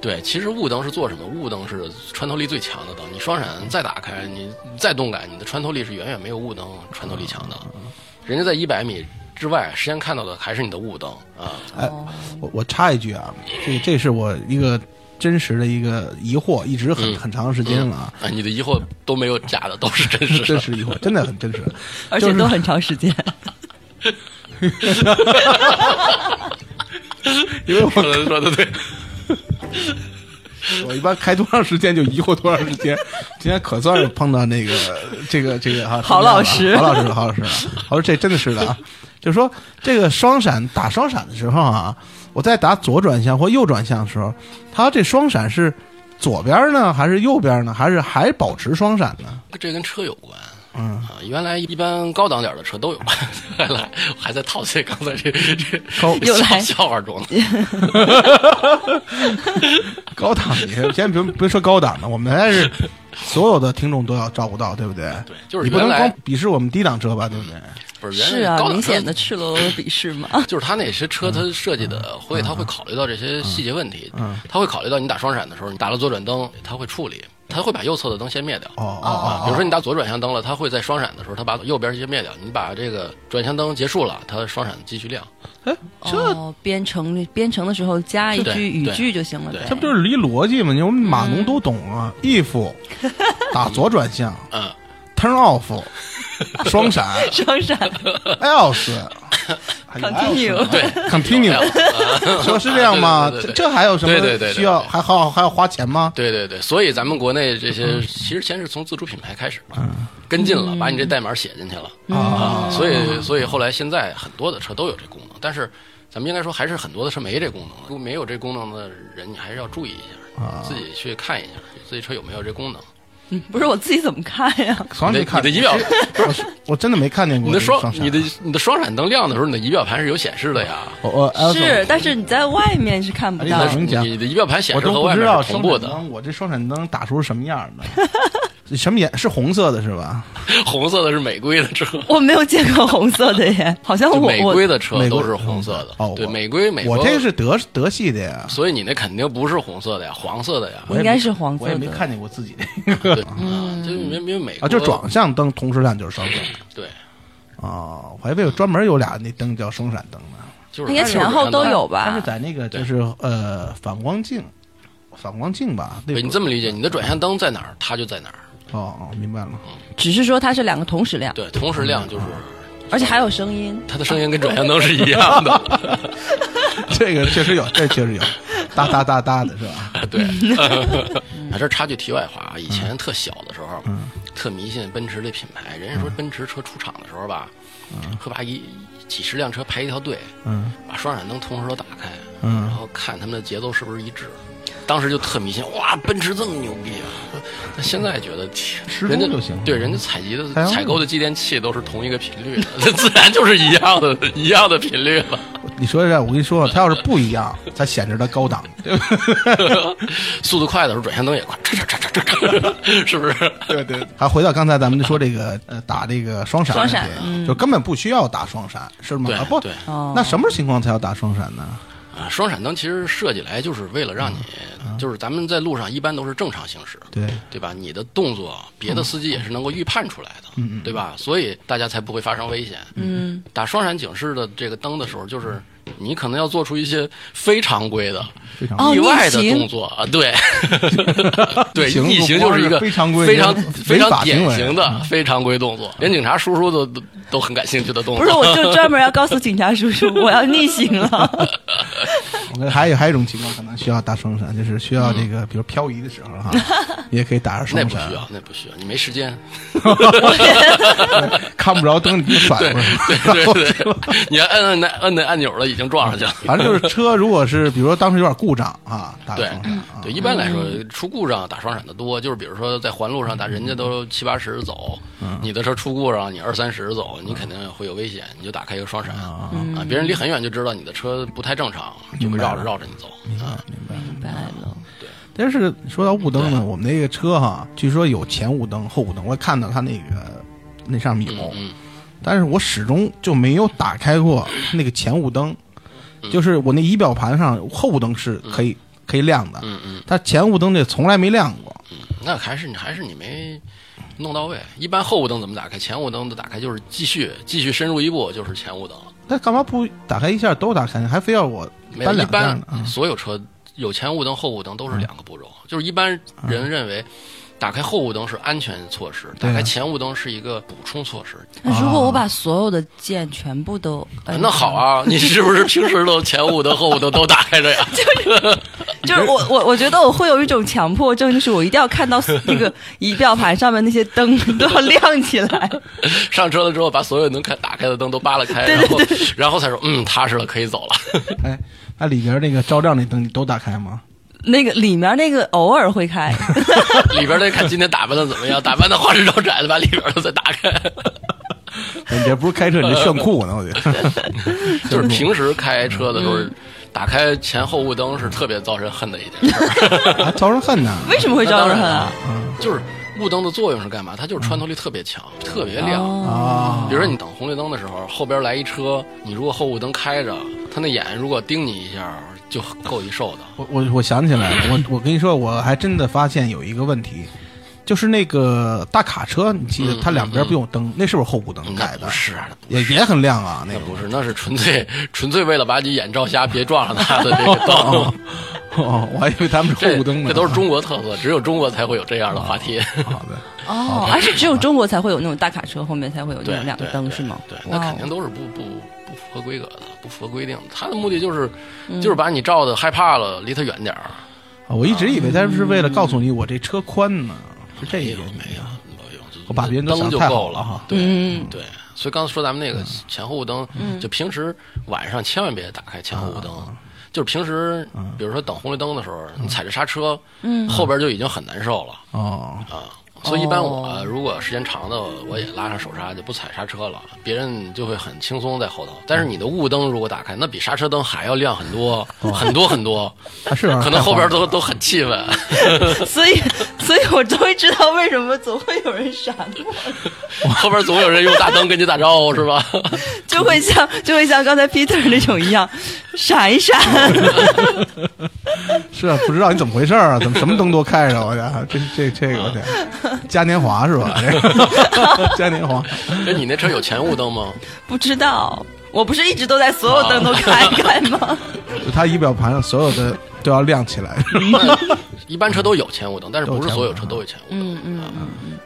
[SPEAKER 1] 对，其实雾灯是做什么？雾灯是穿透力最强的灯，你双闪再打开，你再动感，你的穿透力是远远没有雾灯穿透力强的。人家在一百米之外，实际上看到的还是你的雾灯啊。
[SPEAKER 2] 我我插一句啊，这这是我一个真实的一个疑惑，一直很
[SPEAKER 1] 嗯
[SPEAKER 2] 很长时间了啊。
[SPEAKER 1] 啊，你的疑惑都没有假的，都是真实的。
[SPEAKER 2] 真实疑惑，真的很真实。
[SPEAKER 3] 而且都很长 时间。
[SPEAKER 2] 因为
[SPEAKER 1] 说的说的对，
[SPEAKER 2] 我我一般开多长时间就疑惑多长时间。 今天可算是碰到那个这个这个啊哈，
[SPEAKER 3] 郝老师
[SPEAKER 2] 郝老师，郝老师，郝老师，这真的是的啊。就是说，这个双闪打双闪的时候啊，我在打左转向或右转向的时候，它这双闪是左边呢，还是右边呢，还是还保持双闪呢？
[SPEAKER 1] 这跟车有关。
[SPEAKER 2] 嗯，
[SPEAKER 1] 啊，原来一般高档点儿的车都有吧？来，我还在套这刚才这这小
[SPEAKER 2] 高
[SPEAKER 3] 又来
[SPEAKER 1] 笑话中呢。
[SPEAKER 2] 高档 也先别别说高档的，我们还是所有的听众都要照顾到，对不对？
[SPEAKER 1] 对就是
[SPEAKER 2] 你不能
[SPEAKER 1] 原来
[SPEAKER 2] 光鄙视我们低档车吧，对不对？
[SPEAKER 1] 不是，原来
[SPEAKER 3] 是啊
[SPEAKER 1] 高，档
[SPEAKER 3] 明
[SPEAKER 1] 车
[SPEAKER 3] 显的赤裸裸的鄙视嘛。
[SPEAKER 1] 就是他那些车，他设计的会，他会考虑到这些细节问题，他会考虑到你打双闪的时候，你打了左转灯，他会处理，他会把右侧的灯先灭掉。
[SPEAKER 2] 哦哦
[SPEAKER 1] 啊，
[SPEAKER 2] 哦，
[SPEAKER 1] 比如说你打左转向灯了，他会在双闪的时候，他把右边先灭掉，你把这个转向灯结束了，他双闪继续亮。
[SPEAKER 3] 哦，编程编程的时候加一
[SPEAKER 1] 对
[SPEAKER 3] 句语
[SPEAKER 1] 对
[SPEAKER 3] 句就行了
[SPEAKER 1] 对
[SPEAKER 3] 呗。
[SPEAKER 2] 这不就是离逻辑吗？你
[SPEAKER 3] 嗯
[SPEAKER 2] 我们码农都懂啊，if 打左转向
[SPEAKER 1] 嗯，
[SPEAKER 2] ，turn off 双闪
[SPEAKER 3] 双闪？
[SPEAKER 2] ，else 还有
[SPEAKER 3] Continue
[SPEAKER 2] else 吗
[SPEAKER 1] 对
[SPEAKER 2] continue，说是这样吗？
[SPEAKER 1] 对对
[SPEAKER 2] 这
[SPEAKER 1] 对对
[SPEAKER 2] 这还有什
[SPEAKER 1] 对对对对
[SPEAKER 2] 么
[SPEAKER 1] 对
[SPEAKER 2] 需要？还好还要花钱吗？
[SPEAKER 1] 对对对，所以咱们国内这些其实先是从自主品牌开始嘛，跟进了，把你这代码写进去了。
[SPEAKER 2] 嗯啊，
[SPEAKER 1] 所以，所以后来现在很多的车都有这功能，但是咱们应该说还是很多的车没这功能的。如果没有这功能的人，你还是要注意一下，
[SPEAKER 2] 啊
[SPEAKER 1] 自己去看一下自己车有没有这功能。
[SPEAKER 3] 嗯不是我自己怎么看呀？
[SPEAKER 2] 双闪看
[SPEAKER 1] 你的仪表，
[SPEAKER 2] 我是我真的没看见过
[SPEAKER 1] 你的
[SPEAKER 2] 双
[SPEAKER 1] 双，
[SPEAKER 2] 闪
[SPEAKER 1] 你的你的双闪灯亮的时候，你的仪表盘是有显示的呀。
[SPEAKER 2] 我我
[SPEAKER 1] 哎
[SPEAKER 2] else
[SPEAKER 3] 是，但是你在外面是看不
[SPEAKER 2] 哎
[SPEAKER 3] 到
[SPEAKER 2] 呀
[SPEAKER 3] 的。
[SPEAKER 2] 你讲
[SPEAKER 1] 你的仪表盘显
[SPEAKER 2] 我
[SPEAKER 1] 示
[SPEAKER 2] 都
[SPEAKER 1] 和
[SPEAKER 2] 不
[SPEAKER 1] 外
[SPEAKER 2] 知
[SPEAKER 1] 面
[SPEAKER 2] 道
[SPEAKER 1] 是同步
[SPEAKER 2] 双闪
[SPEAKER 1] 的，
[SPEAKER 2] 灯我这双闪灯打出什么样儿的？什么颜是红色的是吧？
[SPEAKER 1] 红色的是美规的车。
[SPEAKER 3] 我没有见过红色的耶，好像
[SPEAKER 1] 就
[SPEAKER 3] 我
[SPEAKER 1] 美
[SPEAKER 3] 我
[SPEAKER 1] 规的车
[SPEAKER 2] 哦美国
[SPEAKER 1] 都是红色的，
[SPEAKER 2] 哦，
[SPEAKER 1] 对，
[SPEAKER 2] 我
[SPEAKER 1] 美规美国，
[SPEAKER 2] 我这是德德系的呀，
[SPEAKER 1] 所以你那肯定不是红色的呀，黄色 的呀，
[SPEAKER 3] 应该是黄色
[SPEAKER 2] 我也没
[SPEAKER 3] 的。
[SPEAKER 2] 看见过自己那个
[SPEAKER 1] 对，
[SPEAKER 3] 嗯
[SPEAKER 1] 啊，就因为因为美国
[SPEAKER 2] 啊，就是转向灯同时亮就是双闪
[SPEAKER 1] 对，
[SPEAKER 2] 啊，我还以为有专门有俩那灯叫双闪灯呢。
[SPEAKER 1] 就是
[SPEAKER 3] 应该前后都有
[SPEAKER 2] 它
[SPEAKER 3] 吧
[SPEAKER 2] 是？在那个就是呃反光镜，反光镜吧？对
[SPEAKER 1] 哦对，你这么理解，你的转向灯在哪儿，它就在哪儿。
[SPEAKER 2] 哦哦，明白了。
[SPEAKER 3] 只是说它是两个同时亮。
[SPEAKER 1] 对，同时亮就是
[SPEAKER 3] 而且还有声音。
[SPEAKER 1] 它的声音跟转向灯是一样的，
[SPEAKER 2] 这个确实有，这确实有，哒哒哒哒的是吧？
[SPEAKER 1] 对。啊，这插句题外话啊，以前特小的时候，
[SPEAKER 2] 嗯
[SPEAKER 1] 特迷信奔驰这品牌，人家说奔驰车出厂的时候吧，会把一几十辆车排一条队，
[SPEAKER 2] 嗯
[SPEAKER 1] 把双闪灯同时都打开，
[SPEAKER 2] 嗯
[SPEAKER 1] 然后看他们的节奏是不是一致。当时就特迷信，哇，奔驰这么牛逼啊！但现在觉得，天
[SPEAKER 2] 失
[SPEAKER 1] 人
[SPEAKER 2] 踪
[SPEAKER 1] 家
[SPEAKER 2] 就行
[SPEAKER 1] 对，人家采集的
[SPEAKER 2] 采样
[SPEAKER 1] 采购的继电器都是同一个频率的， 自然就是一样的，一样的频率了。
[SPEAKER 2] 你说这，我跟你说，它要是不一样，才显着它高档。对吧
[SPEAKER 1] 速度快的时候，转向灯也快，嚓嚓嚓嚓嚓， 是不是？
[SPEAKER 2] 对对。还回到刚才咱们说这个呃，打这个双闪问题，
[SPEAKER 3] 双闪嗯
[SPEAKER 2] 就根本不需要打双闪，是吗？
[SPEAKER 1] 对
[SPEAKER 2] 啊不
[SPEAKER 1] 对，
[SPEAKER 3] 哦
[SPEAKER 2] 那什么情况才要打双闪呢？
[SPEAKER 1] 啊，双闪灯其实设计来就是为了让你，就是咱们在路上一般都是正常行驶，
[SPEAKER 2] 对，
[SPEAKER 1] 对吧？你的动作，别的司机也是能够预判出来的，对吧？所以大家才不会发生危险。
[SPEAKER 3] 嗯，
[SPEAKER 1] 打双闪警示的这个灯的时候，就是你可能要做出一些非常规的、
[SPEAKER 2] 非常
[SPEAKER 3] 哦
[SPEAKER 1] 意外的
[SPEAKER 3] 逆行
[SPEAKER 1] 动作啊， 对，对，
[SPEAKER 2] 行
[SPEAKER 1] 逆行
[SPEAKER 2] 不
[SPEAKER 1] 就
[SPEAKER 2] 光
[SPEAKER 1] 是
[SPEAKER 2] 是
[SPEAKER 1] 一个
[SPEAKER 2] 非常规
[SPEAKER 1] 非常
[SPEAKER 2] 违
[SPEAKER 1] 非
[SPEAKER 2] 违
[SPEAKER 1] 常
[SPEAKER 2] 法行
[SPEAKER 1] 典
[SPEAKER 2] 为啊
[SPEAKER 1] 型的非常规动作，连警察叔叔都都都很感兴趣的动
[SPEAKER 3] 不是，
[SPEAKER 1] 作。
[SPEAKER 3] 我就专门要告诉警察叔叔，我要逆行 了。
[SPEAKER 2] 我跟还有还有一种情况可能需要打双闪，就是需要这个，比如漂移的时候 哈，你也可以打上
[SPEAKER 1] 那
[SPEAKER 2] 双
[SPEAKER 1] 不
[SPEAKER 2] 闪
[SPEAKER 1] 需， 要，那不需要，你没时间。
[SPEAKER 2] 看不着灯你就甩过去。
[SPEAKER 1] 对对对，你要摁摁那摁那按钮了，已经撞上去了。
[SPEAKER 2] 反正就是车，如果是比如说当时有点故障啊，打个
[SPEAKER 1] 对
[SPEAKER 2] 双闪啊，
[SPEAKER 1] 对，一般来说出故障打双闪的多，就是比如说在环路上，打人家都七八十走，
[SPEAKER 2] 嗯
[SPEAKER 1] 你的车出故障，你二三十走，你肯定会有危险，你就打开一个双闪啊，别人离很远就知道你的车不太正常，就会绕着绕着你走啊。
[SPEAKER 2] 明白。
[SPEAKER 3] 明白了，
[SPEAKER 2] 但是说到雾
[SPEAKER 1] 啊
[SPEAKER 2] 灯呢，我们那个车哈，据说有前雾灯、后雾灯，我也看到它那个那上面有，
[SPEAKER 1] 嗯
[SPEAKER 2] 但是我始终就没有打开过那个前雾灯，就是我那仪表盘上后雾灯是可以可以亮的，
[SPEAKER 1] 嗯嗯嗯，
[SPEAKER 2] 但前雾灯这从来没亮过。
[SPEAKER 1] 那还是你还是你没。弄到位，一般后雾灯怎么打开？前雾灯的打开就是继续继续深入一步，就是前雾灯了。
[SPEAKER 2] 那干嘛不打开一下都打开，还非要 我
[SPEAKER 1] 没有，一
[SPEAKER 2] 两下
[SPEAKER 1] 般
[SPEAKER 2] 呢？啊
[SPEAKER 1] 所有车有前雾灯、后雾灯都是
[SPEAKER 2] 嗯
[SPEAKER 1] 两个步骤，就是一般人认为。打开后雾灯是安全措施，
[SPEAKER 2] 对
[SPEAKER 1] 打
[SPEAKER 2] 啊
[SPEAKER 1] 开前雾灯是一个补充措施。
[SPEAKER 3] 那如果我把所有的键全部都
[SPEAKER 2] 哎
[SPEAKER 3] 摁上
[SPEAKER 1] 那好，啊，你是不是平时都前雾灯、后雾灯都打开着呀？
[SPEAKER 3] 就是我我我觉得我会有一种强迫症，就是我一定要看到那个仪表盘上面那些灯 都要亮起来。
[SPEAKER 1] 上车了之后，把所有能开打开的灯都扒拉开，然后然后才说嗯踏实了，可以走了。
[SPEAKER 2] 哎，那里边那个照亮那灯你都打 开吗？
[SPEAKER 3] 那个里面那个偶尔会开，
[SPEAKER 1] 里边得看今天打扮的怎么样，打扮的花枝招展的，把里边的再打 开。
[SPEAKER 2] 你这不是开车，你这炫酷
[SPEAKER 1] 啊
[SPEAKER 2] 呢？我觉得
[SPEAKER 3] 嗯
[SPEAKER 1] 就是平时开车的时候，打开前后雾灯是特别招人恨的一件事儿。
[SPEAKER 2] 还招人恨呢。
[SPEAKER 3] 为什么 会招人恨啊？
[SPEAKER 1] 那当然了就是雾灯的作用是干嘛？它就是穿透力特别强，特别亮。
[SPEAKER 3] 嗯哦，
[SPEAKER 2] 啊
[SPEAKER 1] 比如说你等红绿灯的时候，后边来一车，你如果后雾灯开着，它那眼如果盯你一下，就够一受的。
[SPEAKER 2] 我我我想起来了，我我跟你说，我还真的发现有一个问题，就是那个大卡车，你记得
[SPEAKER 1] 嗯
[SPEAKER 2] 它两边不有灯，那是不是后雾
[SPEAKER 3] 嗯
[SPEAKER 2] 灯
[SPEAKER 1] 那
[SPEAKER 2] 改的
[SPEAKER 1] 不？是，啊
[SPEAKER 2] 也也很亮啊，那
[SPEAKER 1] 那
[SPEAKER 2] 个
[SPEAKER 1] 不是，那是纯粹纯粹为了把你眼罩瞎，别撞上它的这 个灯。
[SPEAKER 2] 哦，我还以为他们是后
[SPEAKER 1] 这
[SPEAKER 2] 雾灯呢。
[SPEAKER 1] 这都是中国特色，只有中国才会有这
[SPEAKER 2] 啊
[SPEAKER 1] 样的话题。
[SPEAKER 2] 好的，
[SPEAKER 3] 哦，而且只有中国才会有那种大卡车后面才会有那
[SPEAKER 1] 对，
[SPEAKER 3] 种两个
[SPEAKER 1] 对
[SPEAKER 3] 灯
[SPEAKER 1] 对
[SPEAKER 3] 是吗？
[SPEAKER 1] 对，
[SPEAKER 3] 哇哦
[SPEAKER 1] 那肯定都是不不不符合规格的，不符合规定的。它的目的就是
[SPEAKER 3] 嗯
[SPEAKER 1] 就是把你照的害怕了，离它远点儿。
[SPEAKER 2] 啊我一直以为他是为了告诉你我这车宽呢，是这
[SPEAKER 1] 没
[SPEAKER 2] 一
[SPEAKER 1] 有
[SPEAKER 2] 个原因
[SPEAKER 1] 哎没有没有，
[SPEAKER 2] 哎我把别人都
[SPEAKER 1] 灯
[SPEAKER 2] 想
[SPEAKER 1] 就
[SPEAKER 2] 太
[SPEAKER 1] 够
[SPEAKER 2] 好了哈嗯
[SPEAKER 1] 对、
[SPEAKER 3] 嗯
[SPEAKER 1] 对，所以刚才说咱们那个前后雾灯，就平时晚上千万别打开前后雾灯。
[SPEAKER 2] 啊
[SPEAKER 1] 就是平时，
[SPEAKER 2] 嗯
[SPEAKER 1] 比如说等红绿灯的时候，你踩着刹车，
[SPEAKER 3] 嗯
[SPEAKER 1] 后边就已经很难受了
[SPEAKER 2] 哦。
[SPEAKER 1] 啊。所以一般我、
[SPEAKER 3] 哦
[SPEAKER 1] 如果时间长的，我也拉上手刹就不踩刹车了，别人就会很轻松在后头。但是你的雾灯如果打开，那比刹车灯还要亮很多、很多很多，
[SPEAKER 2] 啊哦 是啊
[SPEAKER 1] 可能后边
[SPEAKER 2] 太晃
[SPEAKER 1] 都
[SPEAKER 2] 了
[SPEAKER 1] 都很气愤。
[SPEAKER 3] 哦所以，所以我终于知道为什么总会有人闪我，
[SPEAKER 1] 后边总有人用大灯跟你打招呼，是吧？
[SPEAKER 3] 就会像就会像刚才 Peter 那种一样，闪 一闪。
[SPEAKER 2] 是啊，不知道你怎么回事儿啊？怎么什么灯都开着？我家这这这个我天，嘉年华是吧？这个嘉年华，
[SPEAKER 1] 哎，你那车有前雾灯吗？
[SPEAKER 3] 不知道，我不是一直都在所有灯都开
[SPEAKER 1] 哦
[SPEAKER 3] 开吗？
[SPEAKER 2] 就它仪表盘上所有的都要亮起来。
[SPEAKER 1] 一般车都有前雾灯，但是不是所有车都有前雾灯。
[SPEAKER 3] 嗯嗯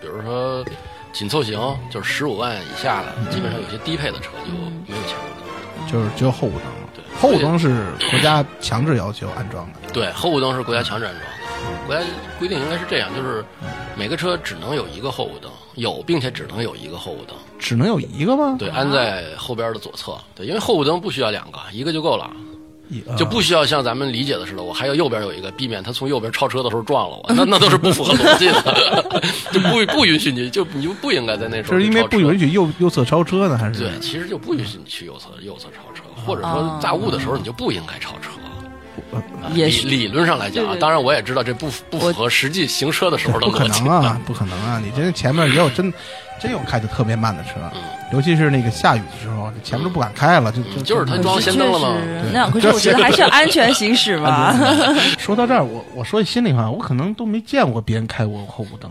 [SPEAKER 1] 比如说，紧凑型就是十五万以下的，基本上有些低配的车就没有前雾灯。
[SPEAKER 2] 就是只有后雾灯了。
[SPEAKER 1] 对
[SPEAKER 2] 后雾灯是国家强制要求安装的。
[SPEAKER 1] 对，后雾灯是国家强制安装的，国家规定应该是这样，就是每个车只能有一个后雾灯，有并且只能有一个后雾灯，
[SPEAKER 2] 只能有一个吗？
[SPEAKER 1] 对，安在后边的左侧，对，因为后雾灯不需要两个，一个就够了，
[SPEAKER 2] 一，
[SPEAKER 1] 就
[SPEAKER 2] 啊
[SPEAKER 1] 不需要像咱们理解的似的，我还有右边有一个，避免他从右边超车的时候撞了我，那那都是不符合逻辑 的，就不不允许你就你就不应该在那时
[SPEAKER 2] 这
[SPEAKER 1] 候
[SPEAKER 2] 是因为不允
[SPEAKER 1] 许。
[SPEAKER 2] 许右右侧超车呢，还是
[SPEAKER 1] 对，其实就不允许你去右侧右侧超车，或者说大雾的时候你就不应该超车。
[SPEAKER 2] 呃
[SPEAKER 1] 啊
[SPEAKER 3] 也
[SPEAKER 1] 理
[SPEAKER 3] 是
[SPEAKER 1] 理论上来讲，
[SPEAKER 3] 对对
[SPEAKER 1] 啊，
[SPEAKER 3] 对
[SPEAKER 1] 当然我也知道这不符不符合实际行车的时候的
[SPEAKER 2] 不可
[SPEAKER 1] 逻辑
[SPEAKER 2] 能。啊，不可能啊！你这前面也有真真有开的特别慢的车，
[SPEAKER 1] 嗯
[SPEAKER 2] 尤其是那个下雨的时候，前面都不敢开了，就就
[SPEAKER 1] 嗯就是他
[SPEAKER 3] 可
[SPEAKER 1] 装
[SPEAKER 3] 是
[SPEAKER 1] 先灯了吗
[SPEAKER 3] 确实那样，可是我觉得还是要安全行驶
[SPEAKER 1] 啊
[SPEAKER 3] 吧。
[SPEAKER 2] 说到这儿，我我说句心里话，我可能都没见过别人开过后雾灯，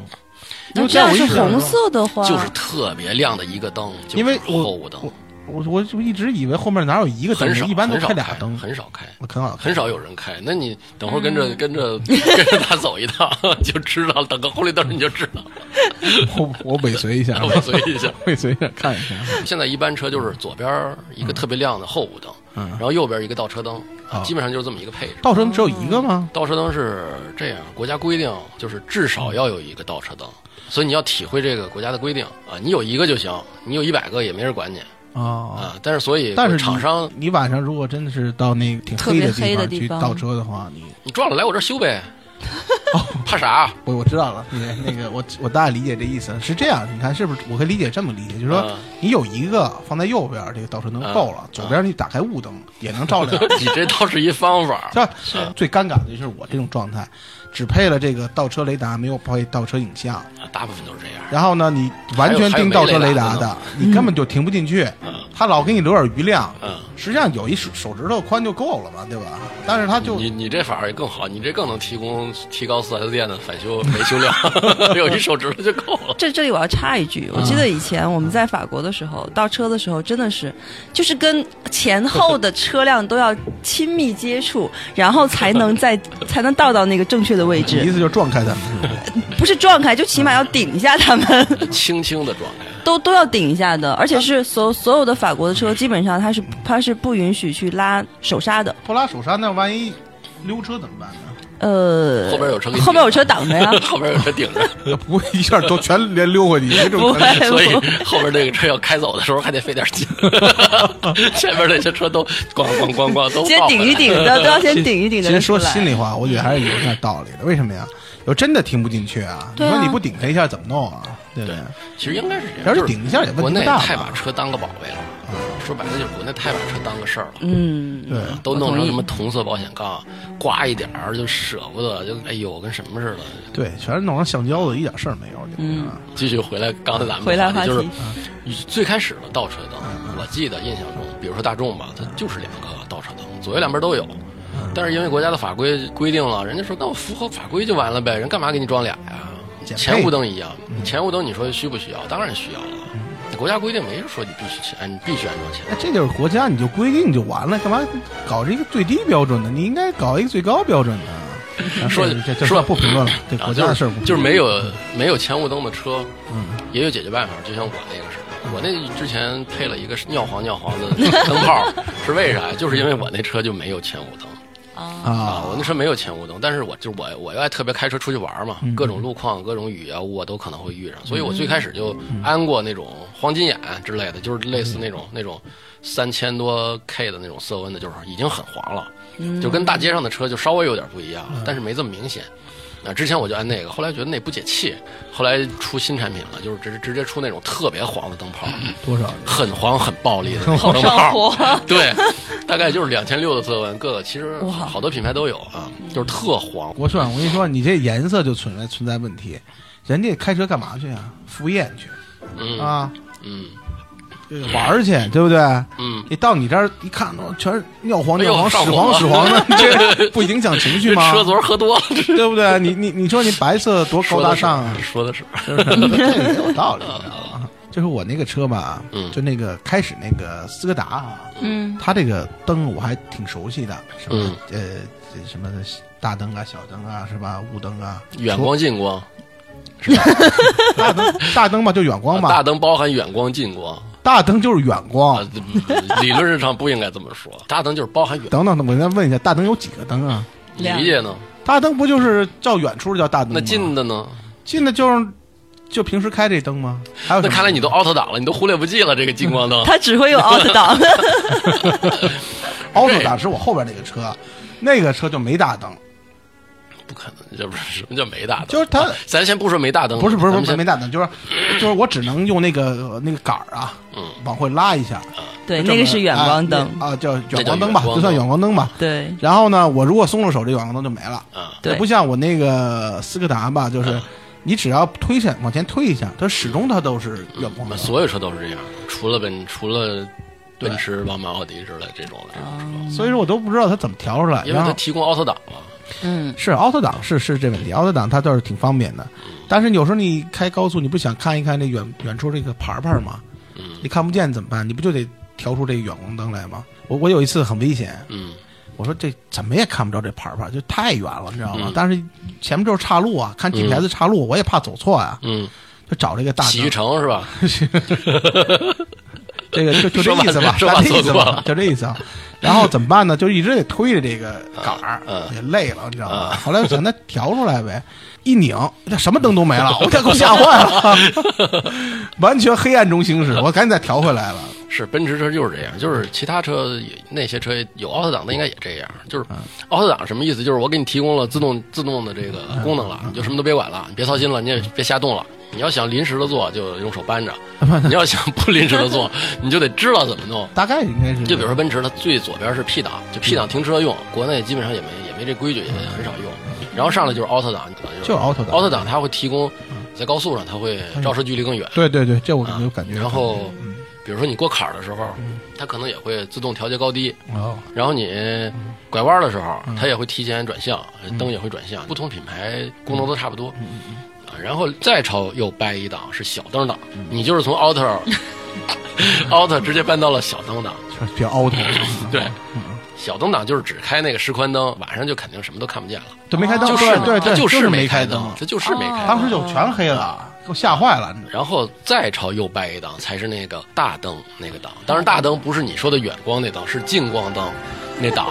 [SPEAKER 2] 因
[SPEAKER 3] 那
[SPEAKER 2] 为
[SPEAKER 3] 这
[SPEAKER 2] 在
[SPEAKER 3] 要
[SPEAKER 2] 我一
[SPEAKER 3] 是
[SPEAKER 2] 直
[SPEAKER 3] 红色的话，
[SPEAKER 1] 就是特别亮的一个灯，就是
[SPEAKER 2] 因为我
[SPEAKER 1] 后雾灯
[SPEAKER 2] 我我我就一直以为后面哪有一个灯
[SPEAKER 1] 很，少，
[SPEAKER 2] 一般都
[SPEAKER 1] 很少
[SPEAKER 2] 开俩灯，
[SPEAKER 1] 很少开，
[SPEAKER 2] 我很好看。
[SPEAKER 1] 很少有人开。那你等会儿跟着、
[SPEAKER 3] 嗯
[SPEAKER 1] 跟着跟着他走一趟， 就知道了。等个红绿灯你就知道了，
[SPEAKER 2] 我我尾随 一下，
[SPEAKER 1] 尾随一下。
[SPEAKER 2] 尾随一下看一 下。
[SPEAKER 1] 现在一般车就是左边儿一个特别亮的后雾灯，
[SPEAKER 2] 嗯
[SPEAKER 1] 然后右边一个倒车灯，啊
[SPEAKER 2] 哦
[SPEAKER 1] 基本上就是这么一个配置。
[SPEAKER 2] 倒车只有一个吗？
[SPEAKER 1] 倒车灯是这样，国家规定就是至少要有一个倒车灯，所以你要体会这个国家的规定啊。你有一个就行，你有一百个也没人管你
[SPEAKER 2] 哦，
[SPEAKER 1] 啊。但是所以
[SPEAKER 2] 但是你
[SPEAKER 1] 厂商
[SPEAKER 2] 你晚上如果真的是到那个挺黑的
[SPEAKER 3] 特别黑的
[SPEAKER 2] 地
[SPEAKER 3] 地
[SPEAKER 2] 去
[SPEAKER 3] 方
[SPEAKER 2] 倒车的话，你
[SPEAKER 1] 你撞了来我这儿修呗，怕啥？
[SPEAKER 2] 我我知道了，你那 个我我大概理解这意思是这样，你看是不是？我可以理解这么理解，就是说、
[SPEAKER 1] 嗯
[SPEAKER 2] 你有一个放在右边，这个倒车灯够了，左边你打开雾灯也能照 亮。
[SPEAKER 1] 你这倒是一方法。
[SPEAKER 2] 这最尴尬的 就是啊我这种状态，只配了这个倒车雷达，没有配倒车影像。
[SPEAKER 1] 啊，大部分都是这样。
[SPEAKER 2] 然后呢，你完全盯倒车雷达的，你根本就停不进去，它老给你留点余量。
[SPEAKER 1] 嗯
[SPEAKER 2] 实际上有一手手指头宽就够了嘛，对吧？但是它就
[SPEAKER 1] 嗯你你这法儿也更好，你这更能提供提高 4S 店的返修维修量， 有一手指头就够了。
[SPEAKER 3] 这这里我要插一句，我记
[SPEAKER 2] 啊
[SPEAKER 3] 得以前我们在法国的时候，倒车的时候真的是，就是跟前后的车辆都要亲密接触，然后才能在才能到到那个正确的位
[SPEAKER 2] 你意
[SPEAKER 3] 置，
[SPEAKER 2] 思就是撞开它们。
[SPEAKER 3] 不是撞开，就起码要顶一下他们，
[SPEAKER 1] 轻轻的撞开，
[SPEAKER 3] 都都要顶一下的，而且是所所有的法国的车基本上它是它是不允许去拉手刹的，
[SPEAKER 2] 不拉手刹，那万一溜车怎么办呢？
[SPEAKER 3] 呃，
[SPEAKER 1] 后边有车给你
[SPEAKER 3] 后边有车挡着呀，
[SPEAKER 1] 后边有车顶着，
[SPEAKER 2] 不会一下都全连溜回去，这
[SPEAKER 3] 不
[SPEAKER 2] 种可 能。
[SPEAKER 3] 会，
[SPEAKER 1] 所以
[SPEAKER 3] 不会
[SPEAKER 1] 后边这个车要开走的时候还得费点劲。 前面那些车都咣咣咣咣都
[SPEAKER 3] 先
[SPEAKER 1] 爆
[SPEAKER 3] 顶一
[SPEAKER 1] 了
[SPEAKER 3] 顶 的，都要先顶一顶的。
[SPEAKER 2] 其实说心里，话，我觉得还是有点道理的。为什么呀？有真的听不进去啊！
[SPEAKER 3] 对啊
[SPEAKER 2] 你说你不顶他一下怎么弄啊？对不对？
[SPEAKER 1] 其实应该是这样，
[SPEAKER 2] 要是
[SPEAKER 1] 就
[SPEAKER 2] 顶一下也问题
[SPEAKER 1] 国
[SPEAKER 2] 不
[SPEAKER 1] 内
[SPEAKER 2] 大
[SPEAKER 1] 太
[SPEAKER 2] 吧
[SPEAKER 1] 把车当个宝贝了。嗯说白了，就是国内太把车当个事儿了。
[SPEAKER 3] 嗯，
[SPEAKER 2] 对，
[SPEAKER 1] 都弄成什么同色保险杠，刮一点儿就舍不得，就哎呦跟什么似的。
[SPEAKER 2] 对，全是弄成橡胶的，一点事儿没有。嗯，
[SPEAKER 1] 继续回来刚才咱们
[SPEAKER 3] 回来
[SPEAKER 1] 的
[SPEAKER 3] 话
[SPEAKER 1] 话
[SPEAKER 3] 题
[SPEAKER 1] 就是嗯最开始的倒车灯，我记得印象中，比如说大众吧，它就是两个倒车灯，左右两边都有。但是因为国家的法规规定了，人家说那我符合法规就完了呗，人干嘛给你装俩呀？
[SPEAKER 2] 减配
[SPEAKER 1] 前雾灯一样，前雾灯你说需不需要？当然需要了。国家规定没说你必须哎你必须安装前
[SPEAKER 2] 那这就是国家你就规定就完了，干嘛搞这个最低标准的？你应该搞一个最高标准 的。啊
[SPEAKER 1] 说
[SPEAKER 2] 这这这
[SPEAKER 1] 说
[SPEAKER 2] 不评论了，对
[SPEAKER 1] 啊
[SPEAKER 2] 国家的事儿不
[SPEAKER 1] 就是
[SPEAKER 2] 评论
[SPEAKER 1] 就是没有没有前雾灯的车，
[SPEAKER 2] 嗯
[SPEAKER 1] 也有解决办法，就像我那个似的，我那之前配了一个尿黄尿黄的灯泡，是为啥？就是因为我那车就没有前雾灯
[SPEAKER 3] 啊，
[SPEAKER 1] 啊，
[SPEAKER 2] 啊，
[SPEAKER 1] 我那车没有前雾灯，但是我就我我又爱特别开车出去玩嘛，各种路况、各种雨啊，我都可能会遇上，所以我最开始就安过那种黄金眼之类的，就是类似那种那种三千多 K 的那种色温的，就是已经很黄了。
[SPEAKER 3] 嗯
[SPEAKER 1] 就跟大街上的车就稍微有点不一样，但是没这么明显。啊，之前我就按那个，后来觉得那不解气，后来出新产品了，就是直直接出那种特别黄的灯泡，
[SPEAKER 2] 多少？
[SPEAKER 1] 很黄很暴 力的那种灯
[SPEAKER 3] 上
[SPEAKER 1] 泡，
[SPEAKER 3] 火，
[SPEAKER 1] 对，大概就是两千六的色温，各个其实
[SPEAKER 3] 哇
[SPEAKER 1] 好多品牌都有啊，就是特黄。
[SPEAKER 2] 国顺，我跟你说，你这颜色就存在存在问题。人家开车干嘛去啊？赴宴去
[SPEAKER 1] 嗯
[SPEAKER 2] 啊，
[SPEAKER 1] 嗯
[SPEAKER 2] 玩儿去，对不对？
[SPEAKER 1] 嗯，
[SPEAKER 2] 你到你这儿一看，哦全是尿黄
[SPEAKER 1] 哎呦
[SPEAKER 2] 尿黄，屎
[SPEAKER 1] 上火
[SPEAKER 2] 黄
[SPEAKER 1] 了
[SPEAKER 2] 屎 黄的，这不影响情绪
[SPEAKER 1] 这
[SPEAKER 2] 吗？
[SPEAKER 1] 车昨儿喝多了，
[SPEAKER 2] 对不对？你你你说你白色多高
[SPEAKER 1] 说
[SPEAKER 2] 大
[SPEAKER 1] 的是
[SPEAKER 2] 上啊，
[SPEAKER 1] 说的是，
[SPEAKER 2] 是不是？这个有道理，你知道吗？就是我那个车吧，
[SPEAKER 1] 嗯
[SPEAKER 2] 就那个开始那个斯柯达啊，
[SPEAKER 3] 嗯
[SPEAKER 2] 它这个灯我还挺熟悉的，什么、
[SPEAKER 1] 嗯
[SPEAKER 2] 呃这什么大灯啊、小灯啊，是吧？雾灯啊，
[SPEAKER 1] 远光近光，是吧？
[SPEAKER 2] 大灯大灯吧，就远光吧
[SPEAKER 1] 啊
[SPEAKER 2] 哦
[SPEAKER 1] 大，灯包含远光、近光
[SPEAKER 2] 大灯就是远
[SPEAKER 1] 啊
[SPEAKER 2] 光。，
[SPEAKER 1] 理论上不应该这么说。大灯就是包含远，
[SPEAKER 2] 等等，我再问一下，大灯有几个灯啊？
[SPEAKER 1] 你理解呢？
[SPEAKER 2] 大灯不就是照远处叫大灯吗？
[SPEAKER 1] 那近的呢？
[SPEAKER 2] 近的就是就平时开这灯吗？还有什
[SPEAKER 1] 那
[SPEAKER 2] 么
[SPEAKER 1] 看来你都 out 档了，你都忽略不计了这个近光
[SPEAKER 2] 嗯
[SPEAKER 1] 灯。
[SPEAKER 3] 他只会用 out 档，
[SPEAKER 2] auto 档是我后边那个车，那个车就没大灯，
[SPEAKER 1] 不可能，这不是什么叫没大灯？
[SPEAKER 2] 就是它
[SPEAKER 1] 啊咱先不说没大灯，
[SPEAKER 2] 不是不是
[SPEAKER 1] 咱
[SPEAKER 2] 不
[SPEAKER 1] 们
[SPEAKER 2] 是
[SPEAKER 1] 先
[SPEAKER 2] 没大灯，就是就是我只能用那个那个杆儿啊，
[SPEAKER 1] 嗯
[SPEAKER 2] 往回拉一下。
[SPEAKER 3] 对，
[SPEAKER 2] 就这么
[SPEAKER 3] 那个是远光灯，
[SPEAKER 2] 啊，那啊叫
[SPEAKER 1] 那叫
[SPEAKER 2] 远光灯吧，
[SPEAKER 1] 远光灯
[SPEAKER 2] 就算远光灯吧。
[SPEAKER 3] 对
[SPEAKER 2] 然后呢，我如果松了手，这远光灯就没了。
[SPEAKER 1] 啊，
[SPEAKER 3] 对
[SPEAKER 2] 不，像我那个斯柯达吧，就是
[SPEAKER 1] 嗯
[SPEAKER 2] 你只要推一下往前推一下，它始终它都是远光
[SPEAKER 1] 那
[SPEAKER 2] 灯。
[SPEAKER 1] 嗯所有车都是这样，除了奔除了奔驰、宝马、奥迪之类这种的，
[SPEAKER 2] 所以说我都不知道它怎么调出来。
[SPEAKER 1] 因为
[SPEAKER 2] 啊然
[SPEAKER 1] 它
[SPEAKER 2] 后
[SPEAKER 1] 提供 auto 档嘛。
[SPEAKER 3] 嗯，
[SPEAKER 2] 是 auto 档是是这问题，auto 档它倒是挺方便的，
[SPEAKER 1] 嗯
[SPEAKER 2] 但是有时候你开高速，你不想看一看那远远处这个牌牌吗？
[SPEAKER 1] 嗯
[SPEAKER 2] 你看不见怎么办？你不就得调出这个远光灯来吗？我我有一次很危险，
[SPEAKER 1] 嗯，
[SPEAKER 2] 我说这怎么也看不着这牌牌，就太远了，你知道吗？
[SPEAKER 1] 嗯
[SPEAKER 2] 但是前面就是岔路啊，看 GPS 岔路，我也怕走错啊，
[SPEAKER 1] 嗯，
[SPEAKER 2] 就找这个大
[SPEAKER 1] 洗浴
[SPEAKER 2] 灯，
[SPEAKER 1] 城是吧？
[SPEAKER 2] 这个就就这
[SPEAKER 1] 说吧
[SPEAKER 2] 意思吧，
[SPEAKER 1] 说吧
[SPEAKER 2] 咱这意思
[SPEAKER 1] 走错了
[SPEAKER 2] 吧，就这意思啊。然后怎么办呢？就一直得推着这个杆儿
[SPEAKER 1] 嗯，
[SPEAKER 2] 也累了，你知道吗
[SPEAKER 1] 嗯？
[SPEAKER 2] 后来我想，那调出来呗，一拧，这什么灯都没了， 我这给我吓坏了， 完全黑暗中行驶，我赶紧再调回来了。
[SPEAKER 1] 是奔驰车就是这样，就是其他车也那些车有 auto 档的应该也这样。就是
[SPEAKER 2] 嗯
[SPEAKER 1] auto 档什么意思？就是我给你提供了自动自动的这个
[SPEAKER 2] 嗯
[SPEAKER 1] 功能了，你就什么都别管了，你别操心了，你也别瞎动了。你要想临时的做，就用手扳 着；你要想不临时的做，你就得知道怎么弄。
[SPEAKER 2] 大概应该是，
[SPEAKER 1] 就比如说奔驰，它最左边是 P 档，就 P 档停车用，国内基本上也没也没这规矩，也很少用。然后上来就是 auto 档，
[SPEAKER 2] 嗯就是 auto 档嗯
[SPEAKER 1] auto 档它会提供在高速上，它会照射距离更远。
[SPEAKER 2] 对对对，这我有嗯感觉。
[SPEAKER 1] 啊然后，比如说你过坎儿的时候，
[SPEAKER 2] 嗯
[SPEAKER 1] 它可能也会自动调节高低。
[SPEAKER 2] 哦，
[SPEAKER 1] 然后你拐弯的时候，
[SPEAKER 2] 嗯
[SPEAKER 1] 它也会提前转向，灯也会转向。不同品牌功能都差不多。
[SPEAKER 2] 嗯
[SPEAKER 1] 啊然后再朝右掰一档是小灯档，
[SPEAKER 2] 嗯
[SPEAKER 1] 你就是从 auto auto 直接搬到了小灯档。
[SPEAKER 2] 就是比较凹嗯凸，
[SPEAKER 1] 对，小灯档就是只开那个示宽灯，晚上就肯定什么都看不见了。
[SPEAKER 2] 对，没开灯，
[SPEAKER 1] 哦就是
[SPEAKER 2] 哦对对
[SPEAKER 1] 它
[SPEAKER 2] 对，
[SPEAKER 1] 就是没
[SPEAKER 2] 开
[SPEAKER 1] 灯，它就是没开
[SPEAKER 3] 哦
[SPEAKER 1] 灯。
[SPEAKER 2] 当时就全黑了，给我吓坏了。
[SPEAKER 1] 然后再朝右掰一档才是那个大灯那个档，当然大灯不是你说的远光那档，是近光灯那档，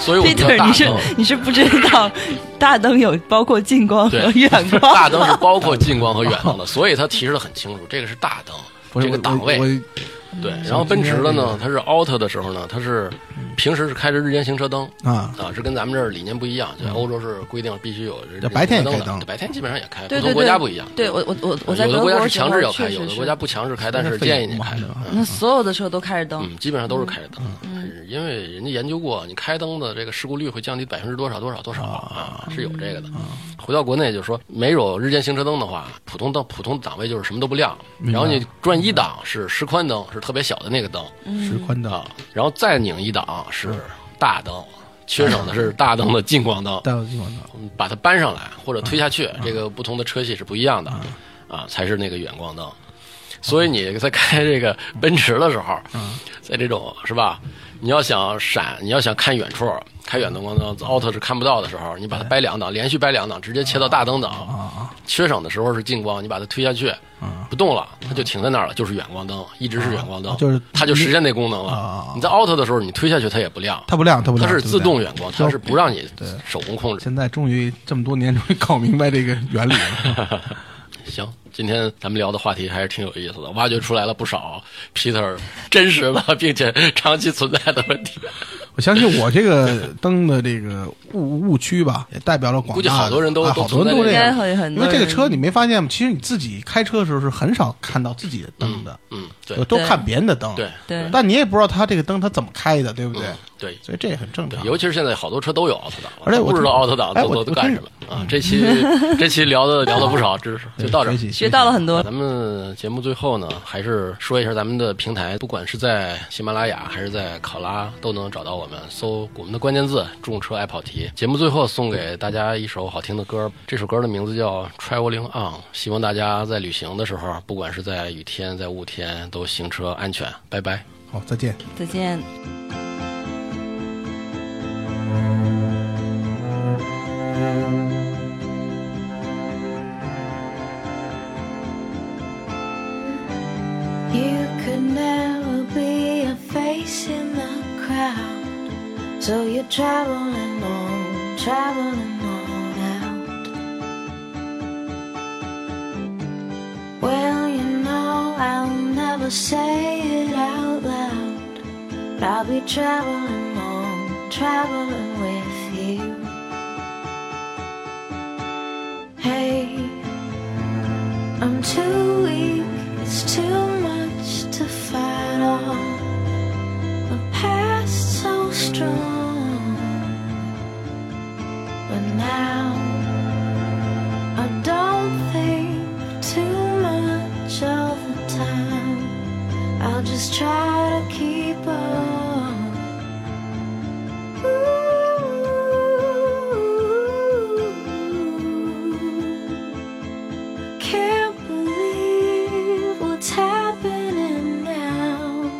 [SPEAKER 1] 所以我们叫
[SPEAKER 3] Peter，
[SPEAKER 1] 大
[SPEAKER 3] 你是
[SPEAKER 1] 灯。
[SPEAKER 3] 你是不知道， 大灯有包括近光和
[SPEAKER 1] 对
[SPEAKER 3] 远光，
[SPEAKER 1] 大灯是包括近光和远光的，所以它提示的很清楚，这个是大
[SPEAKER 2] 不
[SPEAKER 1] 灯，
[SPEAKER 2] 是
[SPEAKER 1] 这个档位。
[SPEAKER 2] 我我
[SPEAKER 1] 对，然后奔驰的呢，它是 Auto 的时候呢，它是平时是开着日间行车灯
[SPEAKER 2] 我啊，
[SPEAKER 1] 啊，这跟咱们这儿理念不一样。就欧洲是规定必须有日间
[SPEAKER 2] 白天也
[SPEAKER 1] 行车
[SPEAKER 2] 开
[SPEAKER 1] 灯
[SPEAKER 2] 灯
[SPEAKER 1] 的，白天基本上也开，不
[SPEAKER 3] 对
[SPEAKER 1] 同
[SPEAKER 3] 对
[SPEAKER 1] 国
[SPEAKER 3] 对，
[SPEAKER 1] 家不一样。
[SPEAKER 3] 对我我我我在
[SPEAKER 1] 有
[SPEAKER 3] 德
[SPEAKER 1] 的
[SPEAKER 3] 国
[SPEAKER 1] 国家
[SPEAKER 3] 的
[SPEAKER 1] 是
[SPEAKER 3] 时候
[SPEAKER 1] 强制要开，
[SPEAKER 3] 确实
[SPEAKER 1] 有的
[SPEAKER 3] 是
[SPEAKER 1] 国家不强制开，但是建议你开。嗯
[SPEAKER 3] 那所有的车都开着灯，
[SPEAKER 1] 嗯，基本上都是开着灯，嗯因为人家研究过，你开灯的这个事故率会降低百分之多少多少多少啊，是有这个的。回到国内就说，没有日间行车灯的话，普通灯普通档位就是什么都不亮，然后你转一档是示宽灯，是特别小的那个灯
[SPEAKER 2] 石宽灯，
[SPEAKER 1] 啊，然后再拧一档是大灯，缺少的是大灯的近光灯，
[SPEAKER 2] 带到地方灯，
[SPEAKER 1] 嗯把它搬上来或者推下
[SPEAKER 2] 嗯
[SPEAKER 1] 去，这个不同的车系是不一样的啊，才是那个远光灯。所以你在开这个奔驰的时候，
[SPEAKER 2] 嗯
[SPEAKER 1] 在这种是吧？你要想闪，你要想看远处，开远灯光灯，auto 是看不到的时候，你把
[SPEAKER 2] 哎
[SPEAKER 1] 它掰两档，连续掰两档，直接切到大灯
[SPEAKER 2] 啊
[SPEAKER 1] 档。缺省的时候是近光，你把它推下去，
[SPEAKER 2] 嗯
[SPEAKER 1] 不动了，它就停在那儿了，就是远光灯，一直是远光灯，
[SPEAKER 2] 啊就是
[SPEAKER 1] 它就实现那功能了
[SPEAKER 2] 啊。
[SPEAKER 1] 你在 auto 的时候，你推下去它也不亮，
[SPEAKER 2] 它不亮，它不
[SPEAKER 1] 它
[SPEAKER 2] 亮，
[SPEAKER 1] 是
[SPEAKER 2] 对不
[SPEAKER 1] 自
[SPEAKER 2] 对
[SPEAKER 1] 动。远光，它是不让你
[SPEAKER 2] 对
[SPEAKER 1] 手工控制。
[SPEAKER 2] 现在终于这么多年，终于搞明白这个原理 了。
[SPEAKER 1] 行，今天咱们聊的话题还是挺有意思的，挖掘出来了不少 Peter 真实的并且长期存在的问题。
[SPEAKER 2] 我相信我这个灯的这个误误区吧，也代表了广大的
[SPEAKER 1] 估计好多人都
[SPEAKER 2] 啊
[SPEAKER 1] 都
[SPEAKER 2] 好多人
[SPEAKER 1] 存
[SPEAKER 2] 都
[SPEAKER 1] 在
[SPEAKER 2] 这
[SPEAKER 1] 这
[SPEAKER 3] 应该
[SPEAKER 2] 样。
[SPEAKER 3] 会很
[SPEAKER 2] 因
[SPEAKER 3] 多
[SPEAKER 2] 为
[SPEAKER 3] 人。
[SPEAKER 2] 这个车你没发现吗？其实你自己开车的时候是很少看到自己的灯的，
[SPEAKER 1] 嗯，对
[SPEAKER 2] 都
[SPEAKER 3] 对
[SPEAKER 2] 看别人的灯。
[SPEAKER 1] 对
[SPEAKER 3] 对
[SPEAKER 2] 但你也不知道它这个灯它怎么开的，对不对？
[SPEAKER 1] 嗯对
[SPEAKER 2] 所以这也很正
[SPEAKER 1] 对
[SPEAKER 2] 常，。
[SPEAKER 1] 尤其是现在好多车都有 auto 档了，
[SPEAKER 2] 而且我
[SPEAKER 1] 不知道 auto 档
[SPEAKER 2] 哎
[SPEAKER 1] 都
[SPEAKER 2] 我
[SPEAKER 1] 都干什么啊？这期这期聊的聊了不少 知识，就到这儿
[SPEAKER 2] 学。习
[SPEAKER 3] 学到了很多，
[SPEAKER 1] 咱们节目最后呢，还是说一下咱们的平台，不管是在喜马拉雅还是在考拉，都能找到我们。搜我们的关键字“重车爱跑题”。节目最后送给大家一首好听的歌，这首歌的名字叫《Traveling On》。希望大家在旅行的时候，不管是在雨天、在雾天，都行车安全。拜拜。
[SPEAKER 2] 好，再见。
[SPEAKER 3] 再见。
[SPEAKER 4] So you're traveling on, traveling on out. Well, you know, I'll never say it out loud. But I'll be traveling on, traveling with you. Hey, I'm too weak, it's too much to fight off. The past so strong, but now I don't think too much of the time. I'll just try to keep on. Ooh, Can't believe what's happening now.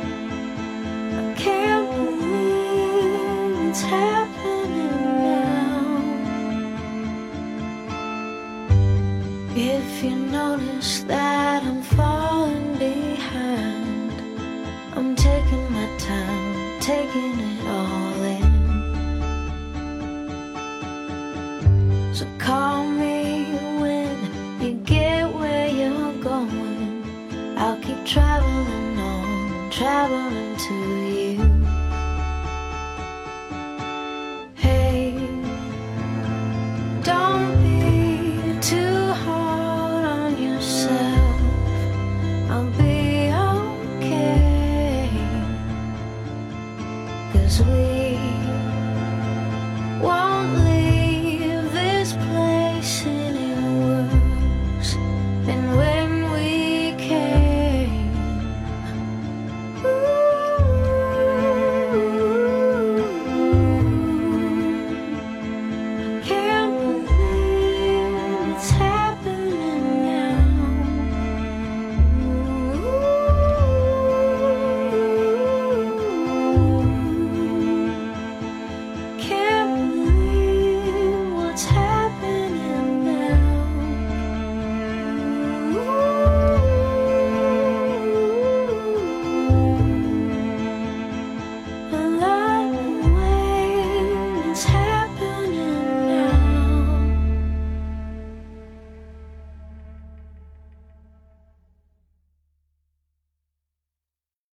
[SPEAKER 4] I can't believe it's happening now. If you notice that I'm falling behind, I'm taking my time, taking it all in. So call me when you get where you're going. I'll keep traveling on, traveling to you. Hey, don't be too hard on yourself. I'll be